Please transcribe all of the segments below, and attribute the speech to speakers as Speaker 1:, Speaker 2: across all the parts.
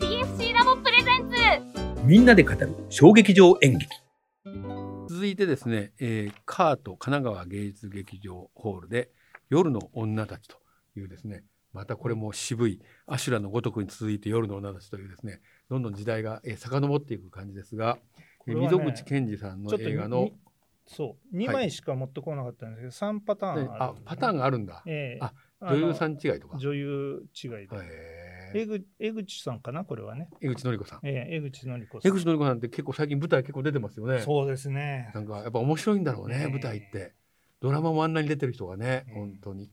Speaker 1: TFC ラボプレゼンツ
Speaker 2: みんなで語る小劇場演劇
Speaker 3: 続いてですね、えーカート神奈川芸術劇場ホールで「夜の女たち」というですねまたこれも渋い「アシュラのごとく」に続いて「夜の女たち」というですねどんどん時代が、えー遡っていく感じですが、えー溝口健二さんの映画
Speaker 4: ちょっ
Speaker 3: の
Speaker 4: とにそう2枚しか持ってこなかったんですけど、3パターンある
Speaker 3: ね
Speaker 4: んですね、
Speaker 3: あパターンがあるんだ
Speaker 4: ええ
Speaker 3: あ
Speaker 4: あの
Speaker 3: 女優さん違いとか。
Speaker 4: 女優違いで、
Speaker 3: へー
Speaker 4: 江口江口さんかなこれはね、
Speaker 3: 江口のり子さん。
Speaker 4: ええ江口のりこさ
Speaker 3: 江
Speaker 4: ん
Speaker 3: 口のり子さんって結構最近舞台結構出てますよね。
Speaker 4: そうですね
Speaker 3: なんかやっぱ面白いんだろうね、
Speaker 4: ええ
Speaker 3: 舞台って。ドラマもあんなに出てる人がね、
Speaker 4: ええ
Speaker 3: 本当に。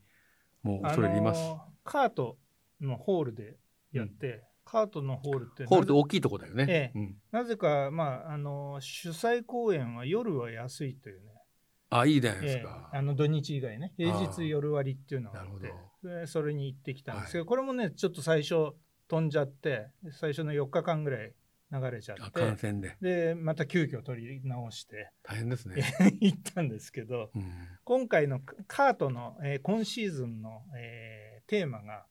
Speaker 3: もう恐れ入ります。
Speaker 4: あのカートのホールでやって、カートのホールって
Speaker 3: ホールって大きいとこだよね。
Speaker 4: ええ
Speaker 3: うん、
Speaker 4: なぜか、まあ、あの主催公演は夜は安いというね、
Speaker 3: あ、いいじゃないです
Speaker 4: え
Speaker 3: か。
Speaker 4: えあの土日以外ね平
Speaker 3: ああ
Speaker 4: 日夜割っていうのがあっ
Speaker 3: なる
Speaker 4: て
Speaker 3: ほ
Speaker 4: でそれに行ってきたんですけど、これもねちょっと最初飛んじゃって最初の4日間ぐらい流れちゃ
Speaker 3: あ
Speaker 4: っ
Speaker 3: 感
Speaker 4: て
Speaker 3: 染で
Speaker 4: でまた急遽取り直して
Speaker 3: 大変ですね。
Speaker 4: 行ったんですけど
Speaker 3: うん、
Speaker 4: 今回のカートの、えー今シーズンの、えーテーマが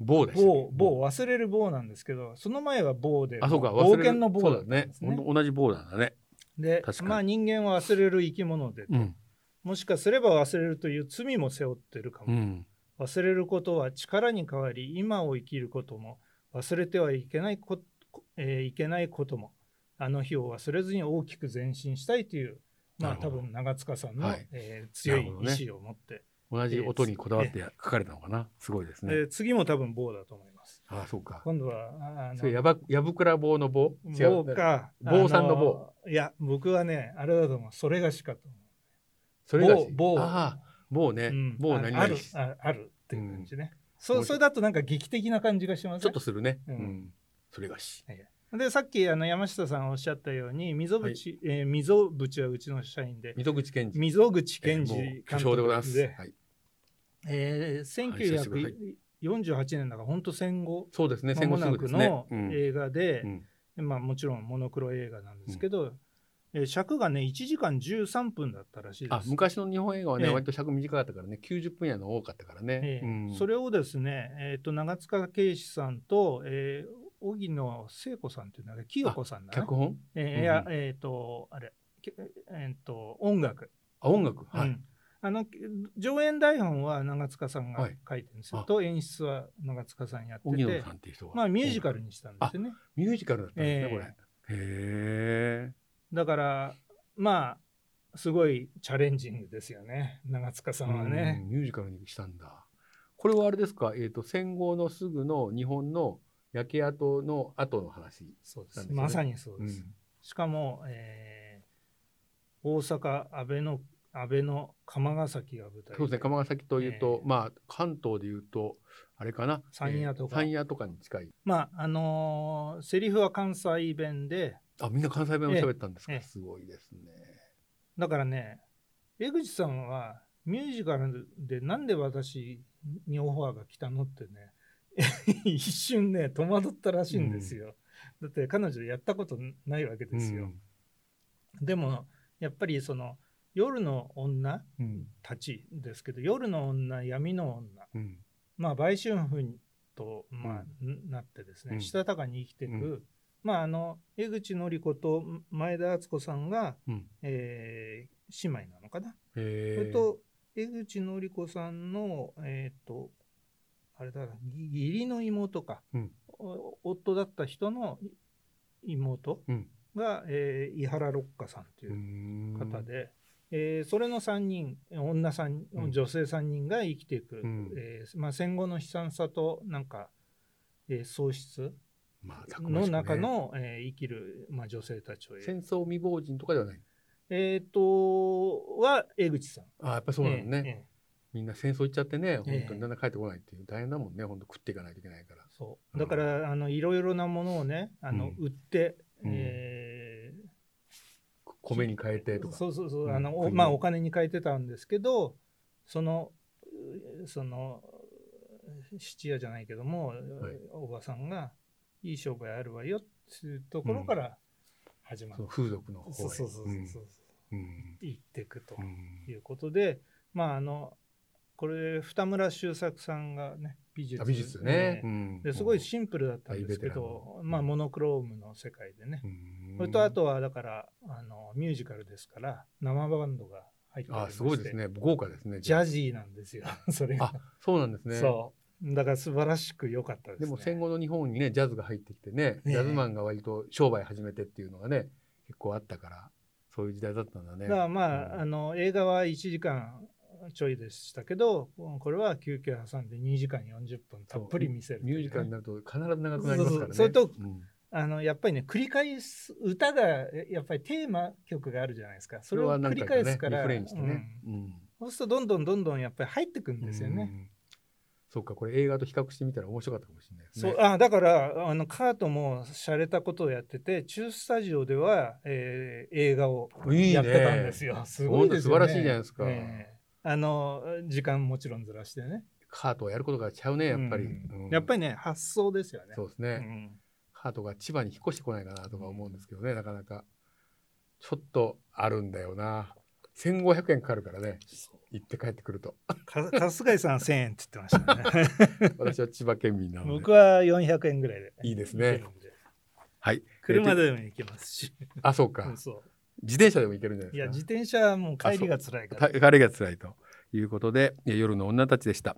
Speaker 3: 棒でしたね
Speaker 4: 某某忘れる某なんですけどその前は某で
Speaker 3: あ、そうか。
Speaker 4: 冒
Speaker 3: 忘れる
Speaker 4: 険の某
Speaker 3: そう
Speaker 4: だ
Speaker 3: だ
Speaker 4: ったん
Speaker 3: ね
Speaker 4: で。す
Speaker 3: ほん
Speaker 4: ね
Speaker 3: と同じ棒なんだね。
Speaker 4: で
Speaker 3: 確かに
Speaker 4: まあ人間は忘れる生き物で、
Speaker 3: うん。
Speaker 4: もしかすれば忘れるという罪も背負ってるかも、
Speaker 3: うん。
Speaker 4: 忘れることは力に変わり今を生きることも忘れてはいけないこ、こえーいけないこともあの日を忘れずに大きく前進したいというまあ
Speaker 3: なるほ
Speaker 4: 多
Speaker 3: ど
Speaker 4: 分長塚さんの、
Speaker 3: はい
Speaker 4: えー強い
Speaker 3: なるほどね
Speaker 4: 意志を持って、
Speaker 3: 同じ音にこだわって書かれたのかな。すごいですね。
Speaker 4: で次も多分棒だと思います
Speaker 3: あ、そうか。
Speaker 4: 今度はああ
Speaker 3: それ
Speaker 4: の
Speaker 3: やば、やぶくら棒の棒違
Speaker 4: 棒
Speaker 3: う。
Speaker 4: か
Speaker 3: 棒さんの棒
Speaker 4: あのいや僕はねあれだと思うそれがしかと思う
Speaker 3: それが
Speaker 4: 棒棒
Speaker 3: ああ、棒ね。
Speaker 4: うん
Speaker 3: 棒
Speaker 4: あ
Speaker 3: 何
Speaker 4: あ
Speaker 3: 々
Speaker 4: る
Speaker 3: し。
Speaker 4: ああるっていう感じね、
Speaker 3: も
Speaker 4: そううそれだとなんか劇的な感じがします
Speaker 3: ちょっとするね。う
Speaker 4: うん
Speaker 3: ん。それがし。
Speaker 4: でさっきあの山下さんおっしゃったように溝
Speaker 3: はい
Speaker 4: 口、えー溝口はうちの社員で
Speaker 3: 溝口健二。
Speaker 4: 溝口健二
Speaker 3: えーも
Speaker 4: 監
Speaker 3: う巨匠でございま
Speaker 4: 督
Speaker 3: す。
Speaker 4: で、
Speaker 3: はい。
Speaker 4: え
Speaker 3: 久しぶりはい
Speaker 4: ー、1948年だから本当戦後
Speaker 3: そうですね。
Speaker 4: 間
Speaker 3: 戦
Speaker 4: も
Speaker 3: 後す
Speaker 4: な
Speaker 3: ぐ
Speaker 4: く
Speaker 3: ですね
Speaker 4: の。
Speaker 3: うん
Speaker 4: 映画で
Speaker 3: う、ん
Speaker 4: まあ、もちろんモノクロ映画なんですけど、えー尺がね1時間13分だったらしいで
Speaker 3: あ
Speaker 4: す。
Speaker 3: 昔の日本映画はね、
Speaker 4: ええ
Speaker 3: 割と尺短かったからね90分やの多かったからね、
Speaker 4: えー
Speaker 3: うん
Speaker 4: それをですね、えー、と長塚圭史さんと、えー、荻野聖子さんっていうのが清子さんだね
Speaker 3: 脚。本
Speaker 4: え
Speaker 3: うん
Speaker 4: ーいやえー、とあれけえー、と音楽
Speaker 3: あ音楽はい、
Speaker 4: うんあの上演台本は長塚さんが
Speaker 3: はい
Speaker 4: 書いてるんです
Speaker 3: あ
Speaker 4: よ、と演出は長塚さんやって
Speaker 3: 荻
Speaker 4: て
Speaker 3: 野さんっていう人は
Speaker 4: まあミュージカ
Speaker 3: う
Speaker 4: ル
Speaker 3: ん
Speaker 4: にしたんですよね
Speaker 3: ミュージカルだったんですね、
Speaker 4: ええ
Speaker 3: これへえ
Speaker 4: だからまあすごいチャレンジングですよね長塚さんはね、
Speaker 3: ミュージカルにしたんだこれはあれですか、えー、と戦後のすぐの日本の焼け跡の後の話
Speaker 4: そう
Speaker 3: な
Speaker 4: で
Speaker 3: ん
Speaker 4: す
Speaker 3: ですね
Speaker 4: まさにそう
Speaker 3: う
Speaker 4: で
Speaker 3: ん
Speaker 4: す、しかも、えー大阪安倍の安倍の釜ヶ崎が舞台
Speaker 3: そうですね釜ヶ崎というと、
Speaker 4: ええ
Speaker 3: まあ関東でいうとあれかな
Speaker 4: 山谷とか
Speaker 3: えー山谷とかに近い
Speaker 4: まああのーセリフは関西弁で
Speaker 3: あみんな関西弁を喋ったんですか、
Speaker 4: ええええ
Speaker 3: すごいですね
Speaker 4: だからね江口さんはミュージカルでなんで私にオファーが来たのってね 一瞬ね戸惑ったらしいんですよ、だって彼女やったことないわけですよ、でもやっぱりその夜の女
Speaker 3: うんうん
Speaker 4: たちですけど夜の女闇の女
Speaker 3: うん
Speaker 4: まあ売春婦と、まあなってですね、
Speaker 3: うん
Speaker 4: したたかに生きていく、
Speaker 3: うん
Speaker 4: まああの江口のり子と前田敦子さんが、
Speaker 3: うん
Speaker 4: えー姉妹なのかな
Speaker 3: へ
Speaker 4: そ
Speaker 3: え
Speaker 4: れと江口のり子さんのえっ、とあれだなぎ義理の妹か、
Speaker 3: うん
Speaker 4: お夫だった人の妹
Speaker 3: うん
Speaker 4: が、えー、井原六花さんという方
Speaker 3: 方
Speaker 4: で、えーそれの3人女3人、
Speaker 3: うん
Speaker 4: 女性3人が生きていく、
Speaker 3: うん
Speaker 4: えーまあ、戦後の悲惨さとなんか、えー喪失
Speaker 3: まあたくまし
Speaker 4: の
Speaker 3: くね
Speaker 4: 中の、えー生きる、まあ、女性たちを
Speaker 3: 戦争未亡人とかではない
Speaker 4: えっ、とは江口さん。
Speaker 3: あやっぱそうなのね、
Speaker 4: えーえー
Speaker 3: みんな戦争行っちゃってね本
Speaker 4: ええ
Speaker 3: 当にだんだん帰ってこないっていう大変だもんね本当食っていかないといけないから
Speaker 4: そうだから、あのいろいろなものをねあ
Speaker 3: う
Speaker 4: の、
Speaker 3: ん
Speaker 4: 売って、
Speaker 3: うん
Speaker 4: えー
Speaker 3: こ米に変えてとか
Speaker 4: そうそうそう、
Speaker 3: うん
Speaker 4: あの
Speaker 3: 国
Speaker 4: お
Speaker 3: の
Speaker 4: まあお金に変えてたんですけどそのうそのう質屋じゃないけども、
Speaker 3: い
Speaker 4: おばさんが「いい商売あるわよ」っていうところから始ま
Speaker 3: そ
Speaker 4: る
Speaker 3: の、風俗の方へ
Speaker 4: そうそうそうそうそう
Speaker 3: うん
Speaker 4: 行っていくと
Speaker 3: うん
Speaker 4: いうことで、まああのこれ二村修作さんがね美術
Speaker 3: あ美術ね。
Speaker 4: ええ
Speaker 3: うん
Speaker 4: ですごいシンプルだったんですけど、まあ、モノクロームの世界でね、それとあ、とはだからあのミュージカルですから生バンドが入って
Speaker 3: う
Speaker 4: お
Speaker 3: ん
Speaker 4: り
Speaker 3: あ
Speaker 4: まして
Speaker 3: すごいですね。豪華ですね。
Speaker 4: ジャ
Speaker 3: ズ。
Speaker 4: ジーなんですよそれ
Speaker 3: あ
Speaker 4: が、
Speaker 3: そうなんですね。
Speaker 4: そうだから素晴らしく良かったです、
Speaker 3: で
Speaker 4: ね、
Speaker 3: も戦後の日本にねジャズが入ってきてね
Speaker 4: ね
Speaker 3: ジャズマンが割と商売始めてっていうのがね結構あったからそういう時代だったんだね。
Speaker 4: だからまあ,、
Speaker 3: うん
Speaker 4: あの映画は1時間ちょいでしたけどこれは休憩挟んで2時間40分たっぷり見せるとい
Speaker 3: ミ
Speaker 4: う
Speaker 3: ュ
Speaker 4: ね、
Speaker 3: ージカルになると必ず長くなりますからね。
Speaker 4: そうそうそうそれと
Speaker 3: うん
Speaker 4: あのやっぱりね繰り返す歌がやっぱりテーマ曲があるじゃないですかそ
Speaker 3: それ
Speaker 4: れを
Speaker 3: は
Speaker 4: 繰
Speaker 3: 何
Speaker 4: り
Speaker 3: 回
Speaker 4: 返
Speaker 3: か
Speaker 4: す
Speaker 3: ね
Speaker 4: か
Speaker 3: リ
Speaker 4: ら
Speaker 3: フレインしてね。
Speaker 4: うん
Speaker 3: うん
Speaker 4: そうするとどんどんどんどんやっぱり入ってくるんですよね。
Speaker 3: うんそうかこれ映画と比較してみたら面白かったかもしれないです
Speaker 4: そう
Speaker 3: ね。
Speaker 4: あだからあのカートも洒落たことをやってて中スタジオでは、えー映画を
Speaker 3: いいね
Speaker 4: やってたんですよ。すごいですよ、ね、
Speaker 3: ほんと素晴らしいじゃないですか
Speaker 4: ええあの時間もちろんずらしてね
Speaker 3: カートはやることがちゃうねやっぱり。
Speaker 4: うん
Speaker 3: うん
Speaker 4: やっぱりね発想ですよね。
Speaker 3: そうです
Speaker 4: う
Speaker 3: ね。
Speaker 4: ん
Speaker 3: カートが千葉に引っ越してこないかなとか思うんですけどねなかなかちょっとあるんだよな。1500円かかるからね行って帰ってくると。
Speaker 4: か春日井さん1000円って言ってましたね
Speaker 3: 私は千葉県民なので
Speaker 4: 僕。は400円ぐらいで
Speaker 3: いいですね
Speaker 4: 行けるんで
Speaker 3: はい。
Speaker 4: 車
Speaker 3: えー。
Speaker 4: でも行けますし、。
Speaker 3: てあ、そうか
Speaker 4: そ
Speaker 3: 自転車でも行けるんじゃな
Speaker 4: う
Speaker 3: い
Speaker 4: いや
Speaker 3: ですか。
Speaker 4: 自転車はもう帰りが辛いから
Speaker 3: た彼が辛いということで、えー夜の女たちでした。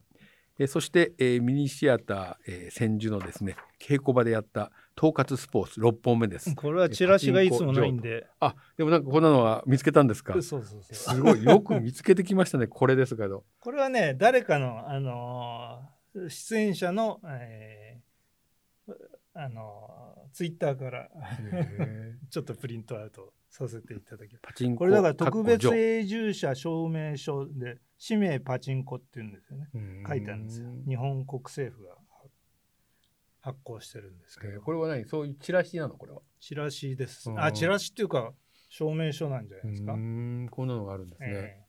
Speaker 3: えーそして、えーミニシアター、えー千住のですね、稽古場でやった統括スポーツ6本目 です。
Speaker 4: これはチラシがいつもないんで。
Speaker 3: あ、でもなんかこんなのは見つけたんですか
Speaker 4: そう。そうそう。
Speaker 3: すごいよく見つけてきましたね。これですけど。
Speaker 4: これはね、誰かの、あのー出演者の、えーあのツイッター Twitter から ちょっとプリントアウトさせていただきます。
Speaker 3: パチンコ。
Speaker 4: これだから特別
Speaker 3: かっこ
Speaker 4: 永住者証明書で、氏名パチンコっていうんですよね。
Speaker 3: 上
Speaker 4: 書いてあるんですよ
Speaker 3: う。
Speaker 4: 日本国政府が発行してるんですけ
Speaker 3: えー
Speaker 4: ど、
Speaker 3: これは何そういうチラシなのこれは。
Speaker 4: チラシです。
Speaker 3: うん
Speaker 4: あ、チラシっていうか、証明書なんじゃないですか
Speaker 3: うー。んこんなのがあるんですね。
Speaker 4: ええ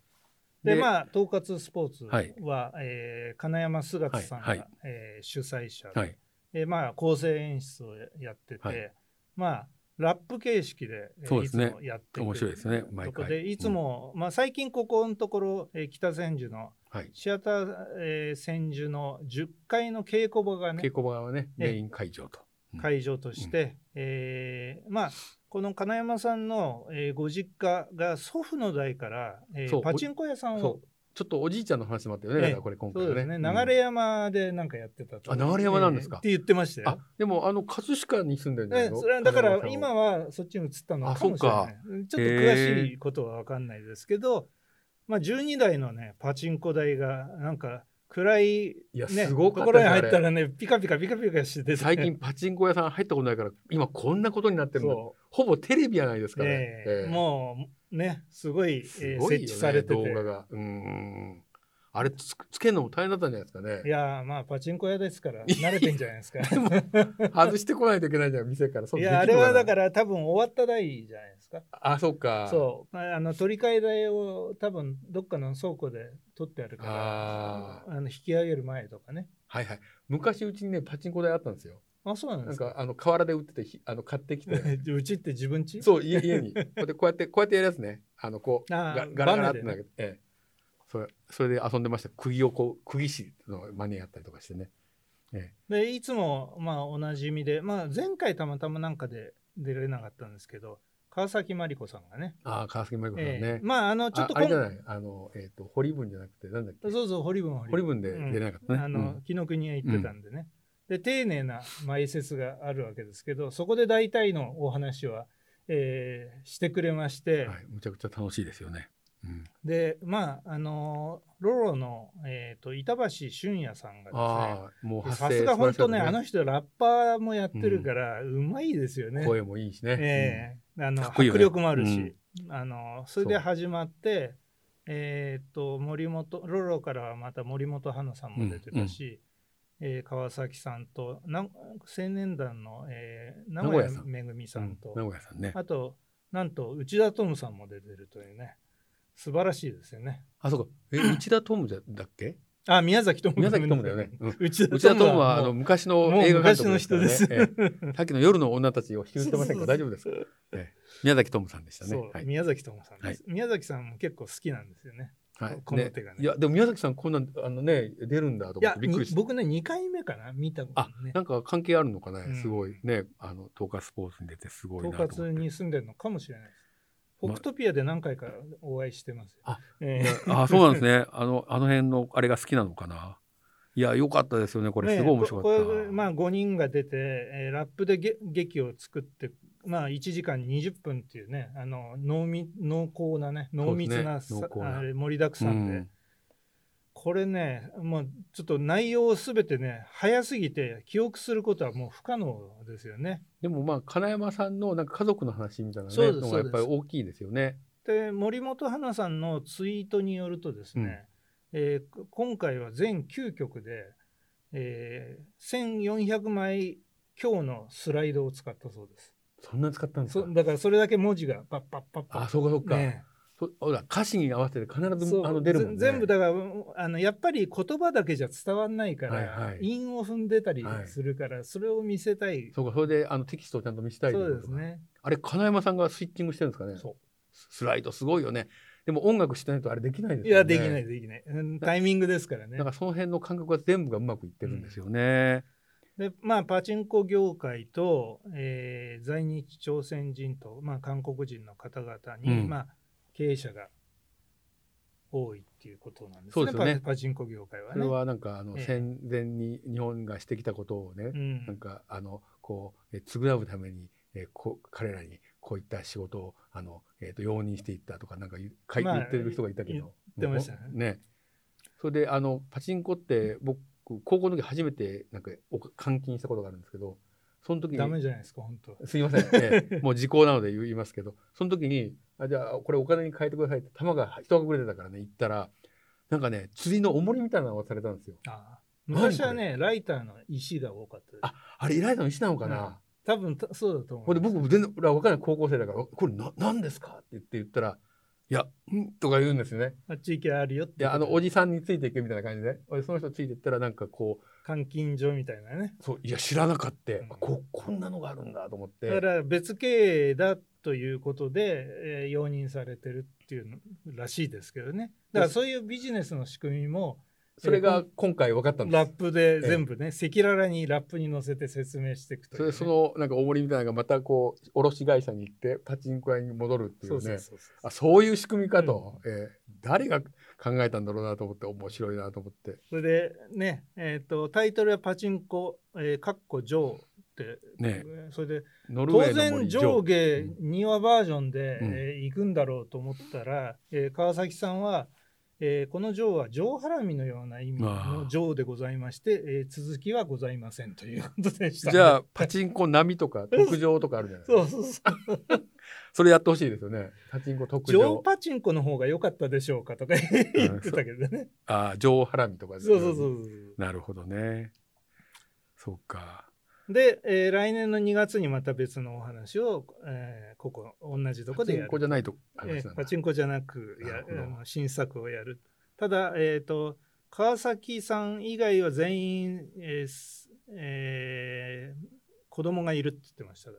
Speaker 4: で
Speaker 3: で
Speaker 4: まあ統括スポーツは、
Speaker 3: はい
Speaker 4: えー金山すがつさんが、
Speaker 3: はいはい
Speaker 4: えー主催者で、
Speaker 3: はい。
Speaker 4: えーまあ、構成演出をやってて、
Speaker 3: はい
Speaker 4: まあラップ形式で,、えー
Speaker 3: そうですね
Speaker 4: いつもやってくる
Speaker 3: 面白いですね毎回
Speaker 4: とこでいつも、まあ、最近ここのところ、えー北千住の
Speaker 3: はい。
Speaker 4: シアター、えー千住の10階の稽古場がね
Speaker 3: 稽古場はね、
Speaker 4: ええ
Speaker 3: メイン会場と。
Speaker 4: 会場として、えーまあこの金山さんの、えーご実家が祖父の代から、えー
Speaker 3: そう
Speaker 4: パチンコ屋さんを
Speaker 3: そう。ちょっとおじいちゃんの話もあったよね。だからこれ今
Speaker 4: そ
Speaker 3: 回
Speaker 4: う
Speaker 3: は
Speaker 4: です
Speaker 3: ね。
Speaker 4: ね、
Speaker 3: うん
Speaker 4: 流山でなんかやってたと
Speaker 3: あ流山なんですか
Speaker 4: ええって言ってました
Speaker 3: あ
Speaker 4: よ。、
Speaker 3: でもあの葛飾に住んでるんじゃな
Speaker 4: ええ
Speaker 3: いの
Speaker 4: それはだか
Speaker 3: 金
Speaker 4: ら
Speaker 3: 沢さんは
Speaker 4: 今はそっちに移ったのかもしれない
Speaker 3: あ。
Speaker 4: ちょっと詳しいことは分かんないですけど、まあ、12台のね、パチンコ台がなんか暗い,、
Speaker 3: いや
Speaker 4: ね、
Speaker 3: すごか
Speaker 4: と
Speaker 3: っ
Speaker 4: こ
Speaker 3: た
Speaker 4: ろ
Speaker 3: ですよ
Speaker 4: に入ったらね、ピカピカピカピカしてて、
Speaker 3: 最近パチンコ屋さん入ったことないから、今こんなことになってるの。
Speaker 4: そ
Speaker 3: ほぼテレビやないです
Speaker 4: う、
Speaker 3: かね。
Speaker 4: ええ
Speaker 3: ええ
Speaker 4: もうね、すごいえ
Speaker 3: す
Speaker 4: え
Speaker 3: ごいよ
Speaker 4: 設
Speaker 3: ね
Speaker 4: 置されてて。
Speaker 3: 動画が。うん。あれつつけるのも大変だったんじゃないですか
Speaker 4: い
Speaker 3: ね。
Speaker 4: やーまあパチンコ屋ですから慣れてんじゃないですか。
Speaker 3: 外してこないといけないじゃん、店から。。
Speaker 4: いやあれはだからら多分終わった台じゃないですか。
Speaker 3: あ、そうか。
Speaker 4: そうああの取り替え台を多分どっかの倉庫で取ってあるから
Speaker 3: あ
Speaker 4: あの引き上げる前とかね
Speaker 3: はいはい。昔うちにね、パチンコ台あったんですよ。
Speaker 4: あそうなん
Speaker 3: な
Speaker 4: で
Speaker 3: ん
Speaker 4: すか
Speaker 3: かあの河原で売っててひあの買ってき て
Speaker 4: うちって自分ち
Speaker 3: そう家家にこうやってこうやってこうやってやるやつねあのこう
Speaker 4: あー
Speaker 3: ガガラガラって
Speaker 4: バネ
Speaker 3: なげ
Speaker 4: で
Speaker 3: て、ええ、それそれで遊んでました釘をこう釘師のマネやったりとかしてね
Speaker 4: でいつもまあおなじみで、まあ、前回たまたまなんかで出れなかったんですけど川崎真理子さんがね
Speaker 3: ああ川崎真理子さんね、
Speaker 4: ええまああのちょっと
Speaker 3: ああれじゃ
Speaker 4: 今
Speaker 3: ないあのえっ、と堀分じゃなくてなんだっけ
Speaker 4: そうそう堀分
Speaker 3: 堀分で出れなかったね、
Speaker 4: あ
Speaker 3: う
Speaker 4: の
Speaker 3: ん
Speaker 4: 紀ノ国屋行ってたんでね、で丁寧な埋設があるわけですけどそこで大体のお話は、えーしてくれまして、
Speaker 3: はい、むちゃくちゃ楽しいですよね、うん、
Speaker 4: でまああのロロの、えー、と板橋俊也さんがですね
Speaker 3: ああもう
Speaker 4: さすが本当ねあの
Speaker 3: 人、
Speaker 4: 人ラッパーもやってるから、うまいですよね。
Speaker 3: 声もいいしね、
Speaker 4: ええあの
Speaker 3: かっこいいよ
Speaker 4: 迫
Speaker 3: ね
Speaker 4: 力もあるし、あのそれで
Speaker 3: そう
Speaker 4: 始まってえーっと森本ロロからはまた森本花さんも出てたし、えー川崎さんとな青年団の、えー名古
Speaker 3: 名古屋
Speaker 4: 屋
Speaker 3: さん
Speaker 4: めぐみ
Speaker 3: う
Speaker 4: さ
Speaker 3: ん
Speaker 4: んと、
Speaker 3: 名古屋さんね
Speaker 4: あとなんと内田トムさんも出てるというね素晴らしいですよね。
Speaker 3: あそうかえ内田トムだだっけ
Speaker 4: あ宮崎トム
Speaker 3: 宮崎トムだよね、うん
Speaker 4: 内
Speaker 3: 内
Speaker 4: 田
Speaker 3: 田
Speaker 4: ト
Speaker 3: ト
Speaker 4: ム
Speaker 3: ム
Speaker 4: は
Speaker 3: はあ
Speaker 4: も
Speaker 3: の
Speaker 4: う
Speaker 3: 昔の
Speaker 4: もう
Speaker 3: 映画監
Speaker 4: 昔
Speaker 3: 督
Speaker 4: の人です
Speaker 3: からね。ええさっきの夜の女たちを引きずってませんけど大丈夫ですか。
Speaker 4: そうそう
Speaker 3: ええ宮崎トムさんでしたね
Speaker 4: そう。
Speaker 3: はい。
Speaker 4: 宮崎智さんです、宮崎さんも結構好きなんですよね。
Speaker 3: はい、
Speaker 4: この手がね
Speaker 3: いやでも宮崎さんこんなあのね出るんだと
Speaker 4: い
Speaker 3: 思っ
Speaker 4: や
Speaker 3: てびっくり
Speaker 4: に
Speaker 3: した。
Speaker 4: 僕ね2回目かな見たこと
Speaker 3: あ
Speaker 4: ね
Speaker 3: なんか関係あるのかね、
Speaker 4: うん
Speaker 3: すごいねあの東海スポーツに出てすごいな
Speaker 4: 統
Speaker 3: と思って
Speaker 4: 括に住んでるのかもしれないです
Speaker 3: ま
Speaker 4: 北斗ピアで何回かお会いしてますよ
Speaker 3: あ
Speaker 4: え
Speaker 3: い
Speaker 4: え
Speaker 3: や あそうなんですねあのあの辺のあれが好きなのかないや良かったですよねこれすごい面白かっ
Speaker 4: ね
Speaker 3: た、
Speaker 4: ここれまあ、5人が出て、えーラップでげ劇を作って、まあ、1時間20分っていうねあの濃密濃厚なね濃密な,さ、
Speaker 3: そうですね濃厚な
Speaker 4: あれ盛りだくさんで、
Speaker 3: うん
Speaker 4: これねもうちょっと内容をすべてね早すぎて記憶することはもう不可能ですよね。
Speaker 3: でもまあ金山さんのなんか家族の話みたいな、ね、
Speaker 4: そうです
Speaker 3: のがやっぱり
Speaker 4: そう
Speaker 3: 大きいですよね。
Speaker 4: で森本花さんのツイートによるとですね、えーこ今回は全9曲で、えー1400枚強のスライドを使ったそうです。
Speaker 3: そんな使ったんです
Speaker 4: そ
Speaker 3: か
Speaker 4: だからそれだけ文字がパッパッパッパ
Speaker 3: あそうかそう
Speaker 4: ッ
Speaker 3: か、
Speaker 4: ね
Speaker 3: そほら歌詞に合わせて必ず
Speaker 4: そう
Speaker 3: あの出るもんね。
Speaker 4: ぜ全部だからうんあのやっぱり言葉だけじゃ伝わんないから、
Speaker 3: はいはい
Speaker 4: 韻を踏んでたりするから、それを見せたい
Speaker 3: そうかそれであのテキストをちゃんと見せたいとい
Speaker 4: そ
Speaker 3: う
Speaker 4: うで
Speaker 3: こ
Speaker 4: す
Speaker 3: とか
Speaker 4: ね
Speaker 3: あれ金山さんがスイッチングしてるんですかね。
Speaker 4: そう
Speaker 3: スライドすごいよね。でも音楽してないとあれできないです
Speaker 4: い
Speaker 3: よね。
Speaker 4: やできないできない、うんタイミングですからね
Speaker 3: なんかその辺の感覚が全部がうまくいってるんですよね。
Speaker 4: でまあパチンコ業界と、えー在日朝鮮人と、まあ、韓国人の方々に、
Speaker 3: うん
Speaker 4: まあ、経営者が多いっていうことなんです
Speaker 3: そう
Speaker 4: ね
Speaker 3: ですよね
Speaker 4: パパチンコ業界は
Speaker 3: そ
Speaker 4: ね
Speaker 3: れはなんかあの
Speaker 4: ええ
Speaker 3: 戦前に日本がしてきたことをね、
Speaker 4: うん
Speaker 3: なんかあのこうえー償うためにえーこう彼らにこういった仕事をあのえっと容認していったとかなんか言う書いて
Speaker 4: まあ
Speaker 3: 言ってる人がいたけど、
Speaker 4: 言ってましたね
Speaker 3: もうねそれであのパチンコって僕高校の時初めてなんかお監禁したことがあるんですけど、その時に
Speaker 4: ダメじゃないですか本当
Speaker 3: すいません、ええもう時効なので言いますけど、その時に、あじゃあ、これお金に変えてくださいって、玉が人がくれてたからね、行ったら、なんかね、釣りの重りみたいなのをされたんですよ。
Speaker 4: ああ昔はね、ライターの石が多かったです。
Speaker 3: ああれ、イライラの石なのかな、
Speaker 4: 多分たそうだと思
Speaker 3: ほ
Speaker 4: うん
Speaker 3: で
Speaker 4: です。
Speaker 3: 僕、全然、俺は分からない高校生だから、これな、なんですかって言って言ったら、いや、うんとか言うんですよね。
Speaker 4: あっち行きゃあるよって。
Speaker 3: で、あの、おじさんについていくみたいな感じで、俺その人ついていったら、なんかこ
Speaker 4: 監禁所みたいなね。
Speaker 3: う、そう、いや、知らなかった、
Speaker 4: うん
Speaker 3: あこ、こんなのがあるんだと思っ
Speaker 4: だか
Speaker 3: て。
Speaker 4: ら別経営だということで、えー容認されてるっていうのらしいですけどね。だからそういうビジネスの仕組みも、
Speaker 3: それが今回分かったんです。
Speaker 4: ラップで全部ね、赤裸々にラップに乗せて説明していくとい、
Speaker 3: そうれ
Speaker 4: ね。
Speaker 3: でそのなんか重りみたいなのがまたこう卸会社に行ってパチンコ屋に戻るっていう
Speaker 4: そ
Speaker 3: ね
Speaker 4: うそうそうそう
Speaker 3: あそういう仕組みかと、えー誰が考えたんだろうなと思って面白いなと思って
Speaker 4: それでね、えっ、と、タイトルはパチンコ、えー、かっこジョーって、
Speaker 3: ね
Speaker 4: それで、
Speaker 3: ノルウ
Speaker 4: 当
Speaker 3: ェーの
Speaker 4: 然
Speaker 3: 森
Speaker 4: 上下2話バージョンで、
Speaker 3: うん
Speaker 4: えー行くんだろうと思ったら、えー川崎さんは、えーこの「上」は上ハラミのような意味
Speaker 3: ま
Speaker 4: の
Speaker 3: あ
Speaker 4: 「上」でございまして、えー続きはございませんということでした、
Speaker 3: じゃあパチンコ波とか特上とかあるじゃないです
Speaker 4: そ
Speaker 3: か
Speaker 4: うそうそう
Speaker 3: それやってほしいですよねパチンコ特
Speaker 4: 上
Speaker 3: 上
Speaker 4: パチンコの方が良かったでしょうか とか言ってたけどね
Speaker 3: あ上ハラミとかです
Speaker 4: そ
Speaker 3: ね
Speaker 4: うそうそうそう
Speaker 3: なるほどねそうか
Speaker 4: で、えー来年の2月にまた別のお話を、えーここ同じとこ
Speaker 3: パチ
Speaker 4: で
Speaker 3: ン
Speaker 4: やる
Speaker 3: コじゃないと話
Speaker 4: え
Speaker 3: な
Speaker 4: ー
Speaker 3: んだ
Speaker 4: パチンコじゃなく
Speaker 3: な
Speaker 4: や
Speaker 3: るほど
Speaker 4: あの新作をやるただ、えー、と川崎さん以外は全員、えーすえー子供がいるって言ってましたか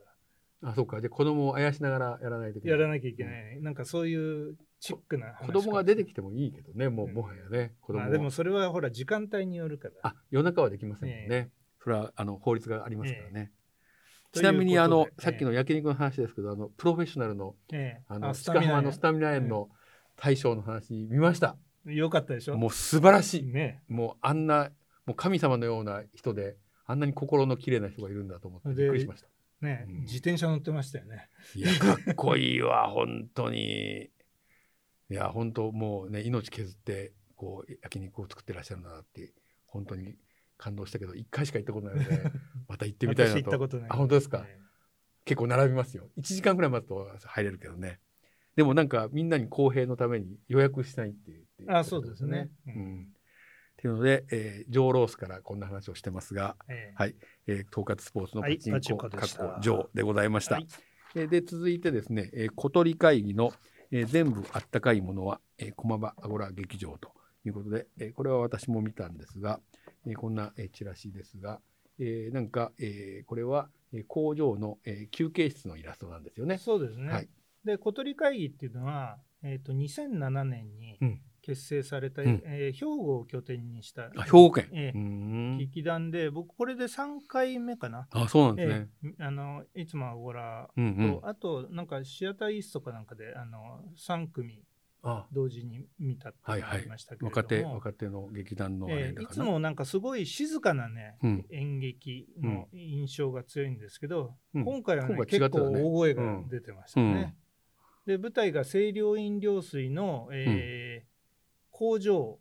Speaker 4: ら
Speaker 3: あそうかじゃあ子供をあやしながらやらないといけな
Speaker 4: や
Speaker 3: い
Speaker 4: らなきゃいけない、なんかそういうチックな話
Speaker 3: 子供が出て
Speaker 4: て
Speaker 3: きてもいいけどねもう
Speaker 4: うん
Speaker 3: もはやね子供
Speaker 4: まあ、でもそれはほら時間帯によるから
Speaker 3: あ夜中はできませんもんね、
Speaker 4: え
Speaker 3: それはあの法律がありますからね、
Speaker 4: ええ
Speaker 3: ちなみにあの
Speaker 4: ということで
Speaker 3: さっきの焼肉の話ですけどあのプロフェッショナルの
Speaker 4: ええ
Speaker 3: あの
Speaker 4: あス
Speaker 3: 鹿
Speaker 4: タミナ
Speaker 3: 浜のスタミナ園の大将の話見ました、
Speaker 4: よかったでしょ
Speaker 3: もう素晴らしい
Speaker 4: ね
Speaker 3: もうあんなもう神様のような人であんなに心の綺麗な人がいるんだと思って
Speaker 4: で
Speaker 3: びっくりしました
Speaker 4: ね、
Speaker 3: うん
Speaker 4: 自転車乗ってましたよね
Speaker 3: いやかっこいい わ本当にいや本当もうね命削ってこう焼肉を作ってらっしゃるんだなって本当に感動したけど一回しか行ったことないの でまた行ってみたいなと
Speaker 4: 私行ったことない
Speaker 3: あ本当ですか、
Speaker 4: ええ
Speaker 3: 結構並びますよ1時間ぐらい待つと入れるけどねでもなんかみんなに公平のために予約しないっていうって
Speaker 4: あそうですね
Speaker 3: う
Speaker 4: うん
Speaker 3: んっていうので、えー、上ロースからこんな話をしてますが、
Speaker 4: ええ
Speaker 3: はいえー、統括スポーツのパ
Speaker 4: はい
Speaker 3: チンコ、
Speaker 4: パチンコで
Speaker 3: かっ
Speaker 4: した
Speaker 3: こ上でございました、
Speaker 4: はい
Speaker 3: えーで続いてですね、えー小鳥会議の、えー全部あったかいものは、えー、駒場アゴラ劇場ということで、えーこれは私も見たんですが、えーこんな、えーチラシですが、えーなんか、えーこれは、えー工場の、えー休憩室のイラストなんですよね。
Speaker 4: そうですね。
Speaker 3: はい
Speaker 4: で、小鳥会議っていうのは、えっ、と、2007年に
Speaker 3: うん
Speaker 4: 結成された、
Speaker 3: うん
Speaker 4: えー兵庫を拠点にした
Speaker 3: あ兵庫県。
Speaker 4: ええ
Speaker 3: うーん
Speaker 4: 劇団で、僕これで3回目かな、
Speaker 3: あそうなんです
Speaker 4: え
Speaker 3: ね。
Speaker 4: えあのいつもはゴラ
Speaker 3: うんう
Speaker 4: と、
Speaker 3: ん。
Speaker 4: あとなんかシアターイーストかなんかであの3組
Speaker 3: あ
Speaker 4: 同時に見たっていうのが
Speaker 3: はいはい
Speaker 4: ありましたけれども、
Speaker 3: 若手若手の劇団のあれ
Speaker 4: ええ
Speaker 3: だ
Speaker 4: い
Speaker 3: か
Speaker 4: つ
Speaker 3: ら。
Speaker 4: もなんかすごい静かなね、
Speaker 3: うん
Speaker 4: 演劇の印象が強いんですけど、
Speaker 3: うん
Speaker 4: 今回は、ね
Speaker 3: 今回違
Speaker 4: 結
Speaker 3: ったよ
Speaker 4: 構
Speaker 3: ね
Speaker 4: 大声が出てましたね。で舞台が清涼飲料水の、えー工場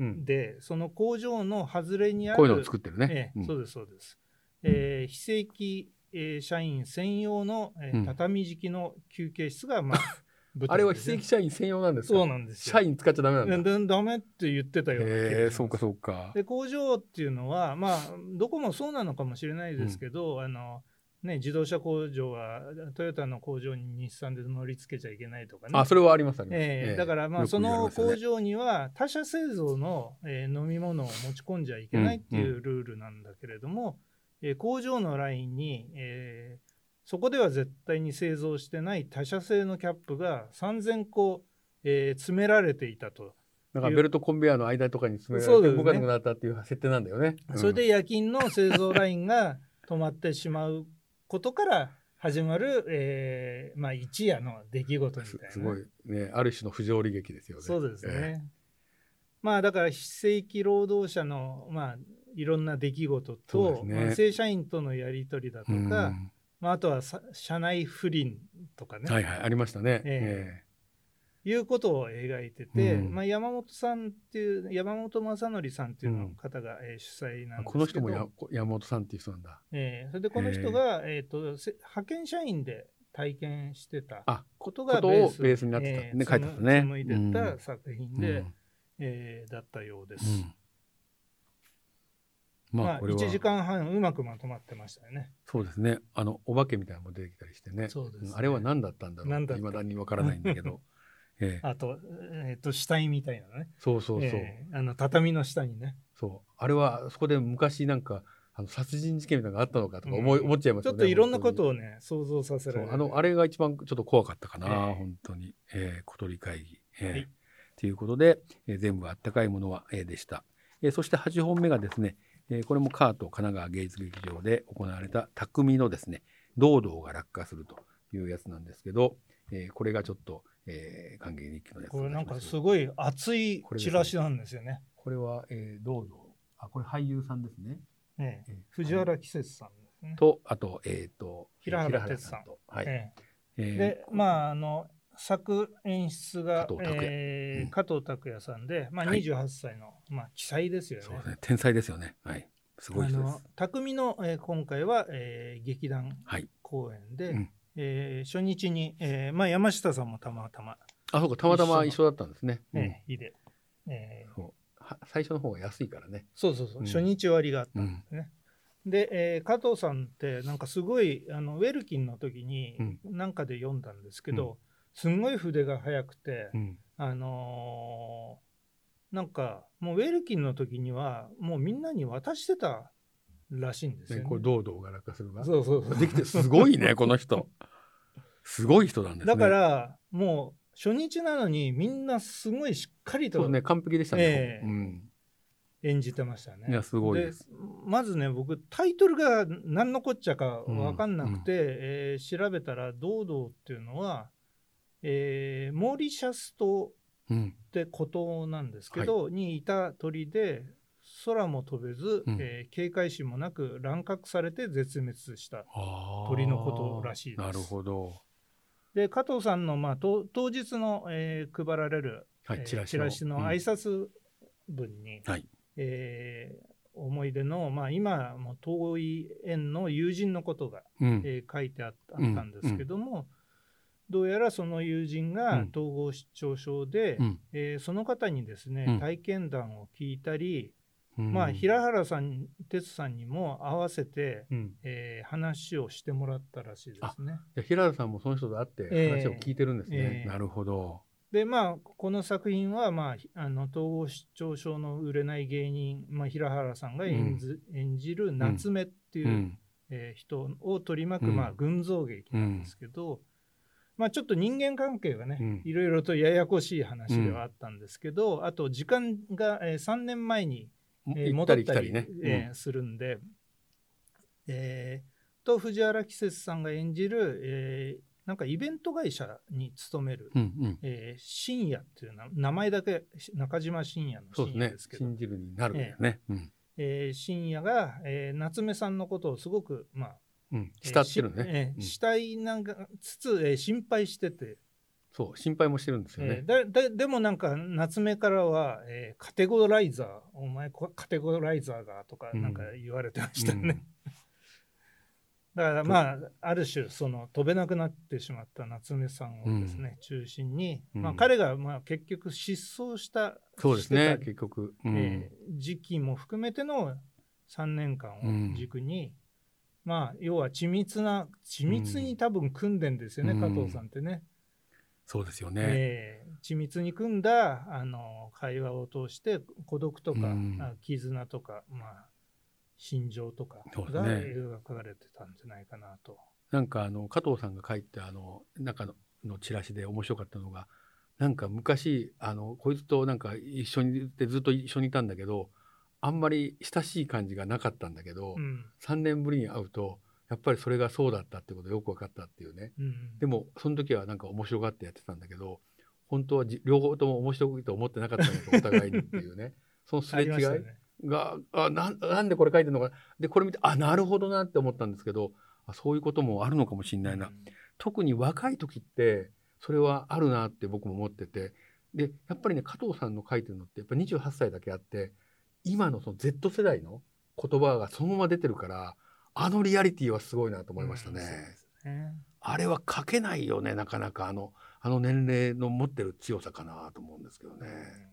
Speaker 3: うん
Speaker 4: でその工場の外れにある
Speaker 3: こういうのを作ってるね。
Speaker 4: ええ
Speaker 3: うん
Speaker 4: そうですそうです、えー非正規、えー社員専用の、えー
Speaker 3: うん
Speaker 4: 畳敷きの休憩室が、まあ、舞
Speaker 3: あ
Speaker 4: 台
Speaker 3: れは
Speaker 4: で
Speaker 3: 非
Speaker 4: すね
Speaker 3: 正規社員専用なんですか
Speaker 4: そうなんですよ
Speaker 3: 社員使っちゃダメなんだ。
Speaker 4: だダメって言ってたような気がします
Speaker 3: ええそうかそうか。
Speaker 4: で工場っていうのは、まあ、どこもそうなのかもしれないですけど、あのね、自動車工場はトヨタの工場に日産で乗り付けちゃいけないとかね。
Speaker 3: あそれはありますあります。
Speaker 4: ええだから、まあ、
Speaker 3: よく
Speaker 4: そ
Speaker 3: 言われ
Speaker 4: の
Speaker 3: ますよね
Speaker 4: 工場には他社製造の、えー飲み物を持ち込んじゃいけないっていうルールなんだけれども、えー工場のラインに、えーそこでは絶対に製造してない他社製のキャップが3000個、えー詰められていたと。
Speaker 3: なんかベルトコンベヤーの間とかに詰めら
Speaker 4: そう
Speaker 3: れ
Speaker 4: で
Speaker 3: て
Speaker 4: すね
Speaker 3: 動かなくなったっていう設定なんだよね。
Speaker 4: それで夜勤の製造ラインが止まってしまうことから始まる、えーまあ、一夜の出来事
Speaker 3: うん
Speaker 4: み
Speaker 3: す
Speaker 4: たいな。
Speaker 3: すごいねある種の不条理劇ですよね。
Speaker 4: そうですね。
Speaker 3: え
Speaker 4: まあだから非正規労働者の、まあ、いろんな出来事
Speaker 3: そうで
Speaker 4: と、
Speaker 3: すね
Speaker 4: まあ正社員とのやり取りだと
Speaker 3: え。うん
Speaker 4: か、まあ、あとはさ社内不倫とかね、
Speaker 3: はいはいありましたね。
Speaker 4: え
Speaker 3: え
Speaker 4: い、うことを描いてて、
Speaker 3: うん
Speaker 4: まあ、山本さんっていう山本正則さんっていうの方が、えー主催な
Speaker 3: え
Speaker 4: んですけど
Speaker 3: この人もや山本さんっていう人なんだ。
Speaker 4: えーそれでこの人が、えー、とせ派遣社員で体験してた
Speaker 3: あ
Speaker 4: こと
Speaker 3: こ
Speaker 4: が
Speaker 3: と
Speaker 4: ベー
Speaker 3: を
Speaker 4: ス
Speaker 3: ベースになってた
Speaker 4: え
Speaker 3: ね
Speaker 4: ー
Speaker 3: 書いてますね。
Speaker 4: 紡いで
Speaker 3: う
Speaker 4: た
Speaker 3: ん
Speaker 4: 作品で、
Speaker 3: うん
Speaker 4: えーだったようです。
Speaker 3: うんま
Speaker 4: ま
Speaker 3: あ
Speaker 4: あ、
Speaker 3: これは
Speaker 4: 1時間半うまくまとまってましたよね。
Speaker 3: そうですねあのお化けみたいなのも出てきたりしてね
Speaker 4: そうですね
Speaker 3: んあれは何だったんだろう
Speaker 4: 何
Speaker 3: い
Speaker 4: だった
Speaker 3: まだにわからないんだけ ど、ええ
Speaker 4: あと、えー、と死体みたいなね
Speaker 3: そうそうそう、
Speaker 4: えーあの畳の下にね
Speaker 3: そうあれはそこで昔なんかあの殺人事件みたいなのがあったのかとか思い、
Speaker 4: うん
Speaker 3: 思っちゃいます
Speaker 4: ち
Speaker 3: よ
Speaker 4: ょ
Speaker 3: ね
Speaker 4: っといろんなこと
Speaker 3: を
Speaker 4: をね想像させられる
Speaker 3: あのあれが一番ちょっと怖かったかな、
Speaker 4: ええ
Speaker 3: 本当に、ええ小鳥会議、ええ
Speaker 4: はい
Speaker 3: ということで、ええ全部あったかいものは、ええでした、ええそして8本目がですね、ええこれもカート神奈川芸術劇場で行われた匠のですね堂々が落下するというやつなんですけど、ええこれがちょっと、ええ歓迎日記のやつ
Speaker 4: これなんかす
Speaker 3: い
Speaker 4: ごい熱いチラシなんですよね。
Speaker 3: これは、ええ堂々あこれ俳優さんですね、
Speaker 4: え
Speaker 3: え
Speaker 4: え
Speaker 3: え
Speaker 4: 藤原季節さんですね。
Speaker 3: と、あと、えっ、と、
Speaker 4: 平原哲さん
Speaker 3: と。はい。
Speaker 4: え
Speaker 3: え
Speaker 4: え
Speaker 3: ー
Speaker 4: でまああの作演出が
Speaker 3: 加藤拓也
Speaker 4: えー
Speaker 3: うん
Speaker 4: 加藤拓也さんで、まあ、
Speaker 3: はい
Speaker 4: 28歳の、まあ、奇才ですよね
Speaker 3: そう。ですね。天才ですよね。はい。すごい
Speaker 4: あ
Speaker 3: 人で
Speaker 4: の
Speaker 3: す。
Speaker 4: 匠の、えー今回は、えー劇団
Speaker 3: はい。
Speaker 4: 公演で、
Speaker 3: うん
Speaker 4: えー初日に、えーまあ、山下さんもたまたま、
Speaker 3: あ、そうか、たまたま一緒だったんですね。うん
Speaker 4: えーいで、えー
Speaker 3: は最初の方が安いからね。
Speaker 4: そうそうそう、
Speaker 3: うん
Speaker 4: 初日割があった
Speaker 3: うんん。
Speaker 4: ですね。で、えー加藤さんってなんかすごいあのウェルキンの時に
Speaker 3: うん
Speaker 4: なんかで読んだんですけど、すんごい筆が速くて、
Speaker 3: うん。
Speaker 4: あのーなんかもうウェルキンの時にはもうみんなに渡してたらしいんですよ
Speaker 3: ね
Speaker 4: ね。
Speaker 3: これ、堂々が落下するが。
Speaker 4: そうそうそう
Speaker 3: できて、すごいね、こ の人。すごい人なんですね。
Speaker 4: だか、らもう初日なのにみんなすごいしっかり
Speaker 3: そう
Speaker 4: と
Speaker 3: ね、完璧でしたね
Speaker 4: え。え
Speaker 3: うん。
Speaker 4: 演じてましたね。
Speaker 3: いや、すごいです。
Speaker 4: まずね僕タイトルが何のこっちゃか分かんなくて、えー調べたら「堂々」っていうのは、えーモーリシャス島
Speaker 3: うん。
Speaker 4: って孤島なんですけど、にいた鳥で空も飛べず、
Speaker 3: うん
Speaker 4: えー警戒心もなく乱獲されて絶滅した。
Speaker 3: あー
Speaker 4: 鳥のことらしいです
Speaker 3: なるほど。
Speaker 4: で加藤さんの、まあ、と当日の、えー配られる、
Speaker 3: は
Speaker 4: えー
Speaker 3: い、チラシ。
Speaker 4: チラシの挨拶文に、
Speaker 3: うんはい。
Speaker 4: えー思い出の、まあ、今も遠い縁の友人のことが、
Speaker 3: うん。
Speaker 4: えー書いてあったあ
Speaker 3: うん
Speaker 4: ったんですけども、どうやらその友人
Speaker 3: う
Speaker 4: が
Speaker 3: ん
Speaker 4: 統合失調症で、
Speaker 3: うん
Speaker 4: えーその方にですね、
Speaker 3: うん
Speaker 4: 体験談を聞いたり、
Speaker 3: うん
Speaker 4: まあ、平原さん哲さんにも合わせて、
Speaker 3: うん
Speaker 4: えー話をしてもらったらしいですね。
Speaker 3: じゃあ平原さんもその人と会って
Speaker 4: ええ
Speaker 3: 話を聞いてるんですね。
Speaker 4: ええ
Speaker 3: なるほど。
Speaker 4: でまあこの作品は、まあひ、あの統合失調症の売れない芸人、まあ、平原さんが演ず演じる夏目っていう、
Speaker 3: うん。
Speaker 4: えー人を取り巻く、
Speaker 3: うん
Speaker 4: まあ、群像劇なんですけど、まあ、ちょっと人間関係がね、
Speaker 3: うん
Speaker 4: いろいろとややこしい話ではあったんですけど、あと時間が、えー3年前に、えー
Speaker 3: 行っ
Speaker 4: 戻
Speaker 3: た
Speaker 4: っ
Speaker 3: り来
Speaker 4: た
Speaker 3: た
Speaker 4: り
Speaker 3: りね。
Speaker 4: えーするんで、えーと藤原季節さんが演じる、えーなんかイベント会社に勤める、
Speaker 3: うんうんうん
Speaker 4: えー深夜っていうな名前だけ中島深夜の
Speaker 3: そうです
Speaker 4: 深夜
Speaker 3: ね
Speaker 4: ですけど
Speaker 3: 信じるになるんだよね、うん
Speaker 4: えー深夜が、えー夏目さんのことをすごく、まあ
Speaker 3: うん、
Speaker 4: えー
Speaker 3: 慕ってるのね、
Speaker 4: しえー慕いながつつ、えー心配してて、
Speaker 3: そう心配もしてるんですよ
Speaker 4: え
Speaker 3: ね
Speaker 4: ー、だだでもなんか夏目からは、えーカテゴライザーお前こカテゴライザーがとか
Speaker 3: うん
Speaker 4: なんか言われてましたね、
Speaker 3: うん
Speaker 4: だからまあある種その飛べなくなってしまった夏目さんをですね、中心に、
Speaker 3: うん
Speaker 4: まあ、彼がまあ結局失踪した
Speaker 3: そうです
Speaker 4: してた
Speaker 3: ね
Speaker 4: り
Speaker 3: 結局、うん
Speaker 4: えー時期も含めての3年間を軸に、まあ要は緻密な緻密に多分組んでんですよね、
Speaker 3: うん
Speaker 4: 加藤さんってね、
Speaker 3: そうですよね、
Speaker 4: えー緻密に組んだあの会話を通して孤独とか、
Speaker 3: うん
Speaker 4: あ絆とか、まあ、心情とか
Speaker 3: そうです
Speaker 4: が
Speaker 3: ね
Speaker 4: 描かれてたんじゃないかなと。
Speaker 3: なんかあの加藤さんが書いたあの中ののチラシで面白かったのがなんか昔あのこいつとなんか一緒にいてずっと一緒にいたんだけどあんまり親しい感じがなかったんだけど、
Speaker 4: うん
Speaker 3: 3年ぶりに会うとやっぱりそれがそうだったってことがよく分かったっていうね
Speaker 4: うん
Speaker 3: でもその時はなんか面白がってやってたんだけど本当はじ両方とも面白いと思ってなかったんだけどお互いにっていうね そのす
Speaker 4: あ
Speaker 3: れ
Speaker 4: り
Speaker 3: 違
Speaker 4: ましたよ
Speaker 3: い
Speaker 4: ね
Speaker 3: があなんなんでこれ書いてるのかなでこれ見てあなるほどなって思ったんですけどあそういうこともあるのかもしれないな、
Speaker 4: うん
Speaker 3: 特に若い時ってそれはあるなって僕も思っててでやっぱりね加藤さんの書いてるのってやっぱ28歳だけあって今のその Z 世代の言葉がそのまま出てるからあのリアリティはすごいなと思いましたね。
Speaker 4: うんそうですね
Speaker 3: あれは書けないよねなかなかあのあの年齢の持ってる強さかなと思うんですけどね。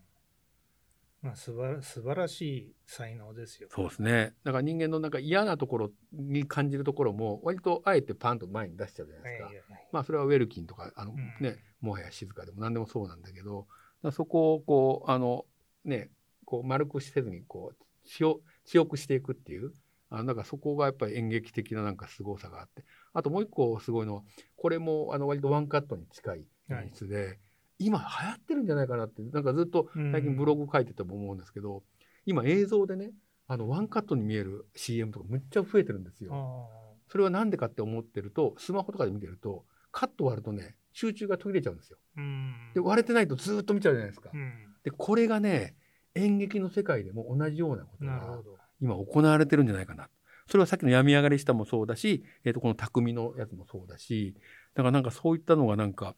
Speaker 4: まあ、素晴ら素晴らしい才能ですよ。
Speaker 3: そうですね。だから人間のなんか嫌なところに感じるところも割とあえてパンと前に出しちゃうじゃないですか。
Speaker 4: いやいや
Speaker 3: まあそれはウェルキンとかあの、
Speaker 4: うん
Speaker 3: ねもはや静かでも何でもそうなんだけどだからそこをこうあのねこう丸くせずにこう強強くしていくっていうあなんかそこがやっぱり演劇的ななんか凄さがあってあともう一個すごいのはこれもあの割とワンカットに近い演出で、今流行ってるんじゃないかなってなんかずっと最近ブログ書いてても思うんですけど、今映像でねあのワンカットに見える CM とかむっちゃ増えてるんですよ。
Speaker 4: あ
Speaker 3: それはなんでかって思ってると、スマホとかで見てると、カット割るとね、集中が途切れちゃうんですよ。
Speaker 4: ーうん
Speaker 3: で、割れてないとずーっと見ちゃうじゃないですか
Speaker 4: う。ん
Speaker 3: で、これがね、演劇の世界でも同じようなこと
Speaker 4: なる
Speaker 3: が
Speaker 4: ほど。
Speaker 3: 今行われてるんじゃないかな。それはさっきの病み上がりしたもそうだし、えっ、と、この匠のやつもそうだし、だからなんかそういったのがなんか、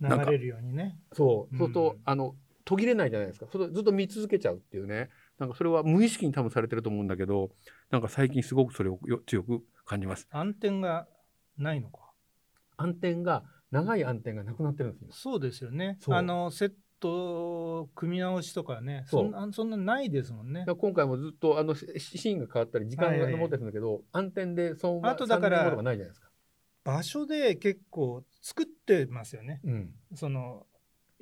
Speaker 3: なんか
Speaker 4: 流れるようにね。
Speaker 3: そう、そうすると、
Speaker 4: うん
Speaker 3: あの、途切れないじゃないですか。それずっと見続けちゃうっていうね。なんかそれは無意識に多分されてると思うんだけど、なんか最近すごくそれをよ強く感じます。
Speaker 4: 暗転がないのか。
Speaker 3: 暗転が、長い暗転がなくなってるんですよ。
Speaker 4: そうですよね。
Speaker 3: そう
Speaker 4: あのセット組み直しとかね、
Speaker 3: そ
Speaker 4: そうそんなそんなないですもんね
Speaker 3: だか。ら今回もずっとあのシシーンが変わったり時間
Speaker 4: はい
Speaker 3: が
Speaker 4: はいはい
Speaker 3: 残ってるんだけど、暗転でそのまま
Speaker 4: あとだから
Speaker 3: 3年後とかないじゃないですか。
Speaker 4: 場所で結構作ってますよね。
Speaker 3: うん
Speaker 4: その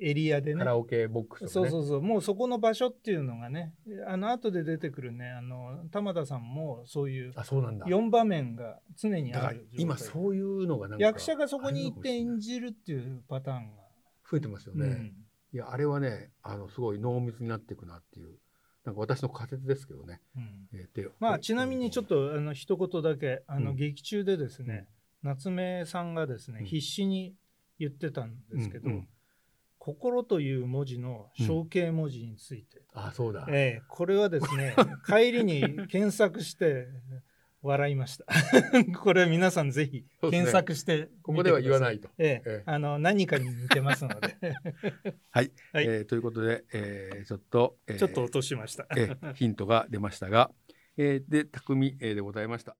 Speaker 4: エリアでね
Speaker 3: カ。ラオケボックスとか
Speaker 4: そう
Speaker 3: ね。
Speaker 4: そうそう、もうそこの場所っていうのがね、あの後で出てくるね、あの玉田さんもそういう
Speaker 3: あそうなんだ。
Speaker 4: 4場面が常に
Speaker 3: だ
Speaker 4: あ
Speaker 3: から
Speaker 4: る状態
Speaker 3: 今そういうのがなんか
Speaker 4: 役者がそこに行って
Speaker 3: あるのか
Speaker 4: 演
Speaker 3: もし
Speaker 4: じるっていうパターンが、
Speaker 3: れない増えてますよね。
Speaker 4: うん
Speaker 3: いやあれはねあのすごい濃密になっていくなっていうなんか私の仮説ですけどね。
Speaker 4: うん
Speaker 3: えーで
Speaker 4: まあちなみにちょっとあの一言だけあ
Speaker 3: う
Speaker 4: の
Speaker 3: ん
Speaker 4: 劇中でですね、夏目さんがですね、
Speaker 3: うん
Speaker 4: 必死に言ってたんですけど「
Speaker 3: うんうん
Speaker 4: 心」という文字の象形文字について、
Speaker 3: あそうだ。
Speaker 4: ええこれはで すね帰りに検索して笑いました これは皆さんぜひ
Speaker 3: そうですね
Speaker 4: 検索して
Speaker 3: ここでは言わ
Speaker 4: い、
Speaker 3: ないと。
Speaker 4: え
Speaker 3: え
Speaker 4: え
Speaker 3: え
Speaker 4: あの何かに似てますの ではい
Speaker 3: えーということで、えーちょっと、えー
Speaker 4: ちょっと落としました
Speaker 3: えーヒントが出ましたが、えーで匠、えーでございました。